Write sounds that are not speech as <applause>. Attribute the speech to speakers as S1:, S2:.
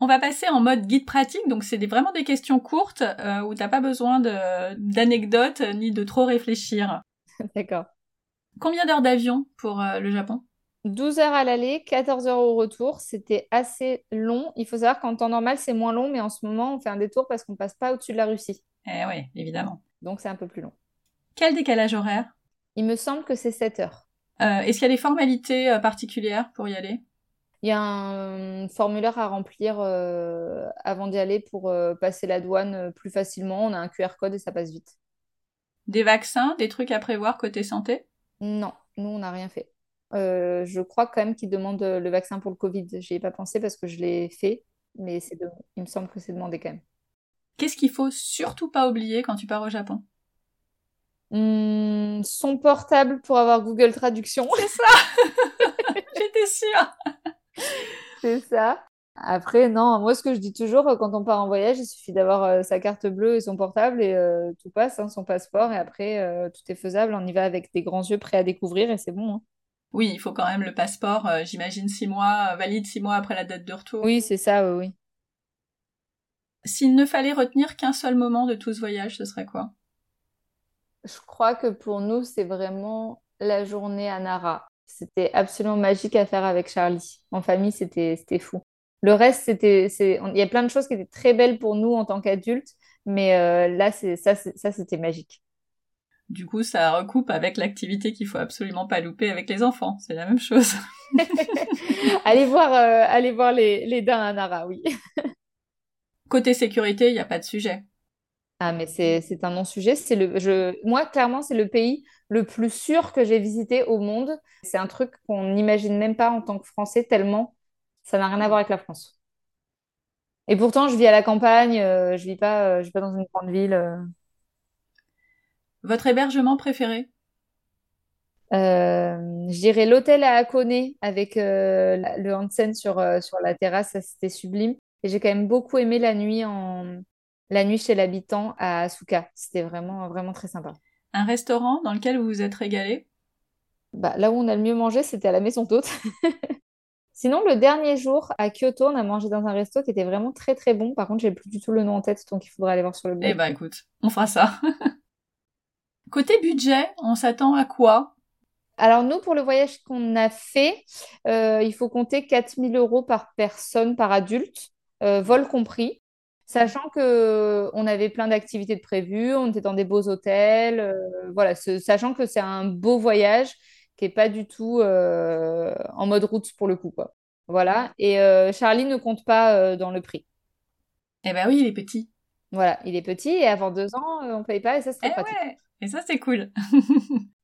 S1: On va passer en mode guide pratique, donc c'est des- vraiment des questions courtes euh, où t'as pas besoin de- d'anecdotes euh, ni de trop réfléchir.
S2: D'accord.
S1: Combien d'heures d'avion pour euh, le Japon
S2: 12 heures à l'aller, 14 heures au retour. C'était assez long. Il faut savoir qu'en temps normal, c'est moins long, mais en ce moment, on fait un détour parce qu'on passe pas au-dessus de la Russie.
S1: Eh oui, évidemment.
S2: Donc, c'est un peu plus long.
S1: Quel décalage horaire
S2: Il me semble que c'est 7 heures.
S1: Euh, Est-ce qu'il y a des formalités euh, particulières pour y aller
S2: Il y a un formulaire à remplir euh, avant d'y aller pour euh, passer la douane euh, plus facilement. On a un QR code et ça passe vite.
S1: Des vaccins, des trucs à prévoir côté santé
S2: Non, nous, on n'a rien fait. Euh, je crois quand même qu'ils demandent euh, le vaccin pour le Covid. J'y ai pas pensé parce que je l'ai fait, mais c'est de- il me semble que c'est demandé quand même.
S1: Qu'est-ce qu'il faut surtout pas oublier quand tu pars au Japon <laughs>
S2: Hum, son portable pour avoir Google Traduction.
S1: J'étais sûre
S2: <laughs> C'est ça. Après, non, moi, ce que je dis toujours, euh, quand on part en voyage, il suffit d'avoir euh, sa carte bleue et son portable et euh, tout passe, hein, son passeport. Et après, euh, tout est faisable. On y va avec des grands yeux prêts à découvrir et c'est bon. hein.
S1: Oui, il faut quand même le passeport, euh, j'imagine six mois, euh, valide six mois après la date de retour.
S2: Oui, c'est ça, oui, oui.
S1: S'il ne fallait retenir qu'un seul moment de tout ce voyage, ce serait quoi
S2: Je crois que pour nous, c'est vraiment la journée à Nara. C'était absolument magique à faire avec Charlie. En famille, c'était c'était fou. Le reste, c'était, c'est, on- il y a plein de choses qui étaient très belles pour nous en tant qu'adultes, mais euh, là, c'est ça, c'est- ça, c'était magique. <laughs>
S1: Du coup, ça recoupe avec l'activité qu'il faut absolument pas louper avec les enfants. C'est la même chose. <laughs>
S2: Allez voir, euh, allez voir les, les dins à Nara, oui.
S1: Côté sécurité, il n'y a pas de sujet.
S2: Ah, mais c'est, c'est un non-sujet. C'est le, je, moi, clairement, c'est le pays le plus sûr que j'ai visité au monde. C'est un truc qu'on n'imagine même pas en tant que Français, tellement ça n'a rien à voir avec la France. Et pourtant, je vis à la campagne, euh, je vis pas, euh, je vis pas dans une grande ville. euh.
S1: Votre hébergement préféré
S2: Euh, je dirais l'hôtel à Hakone avec euh, la- le Hansen sur, euh, sur la terrasse, ça c'était sublime. Et j'ai quand même beaucoup aimé la nuit, en... la nuit chez l'habitant à Asuka. C'était vraiment, vraiment très sympa.
S1: Un restaurant dans lequel vous vous êtes régalé
S2: Bah, là où on a le mieux mangé, c'était à la maison d'hôte. <laughs> Sinon, le dernier jour à Kyoto, on a mangé dans un resto qui était vraiment très très bon. Par contre, j'ai plus du tout le nom en tête, donc il faudra aller voir sur le
S1: Eh
S2: blog.
S1: ben écoute, on fera ça. <laughs> Côté budget, on s'attend à quoi
S2: Alors nous, pour le voyage qu'on a fait, euh, il faut compter 4000 euros par personne, par adulte, euh, vol compris, sachant que euh, on avait plein d'activités de prévues, on était dans des beaux hôtels, euh, voilà, ce- sachant que c'est un beau voyage qui est pas du tout euh, en mode route pour le coup, quoi. Voilà, et euh, Charlie ne compte pas euh, dans le prix.
S1: Eh ben oui, il est petit.
S2: Voilà, il est petit et avant deux ans, euh, on paye pas et ça, c'est
S1: Eh
S2: très pratique.
S1: ouais Et ça, c'est cool.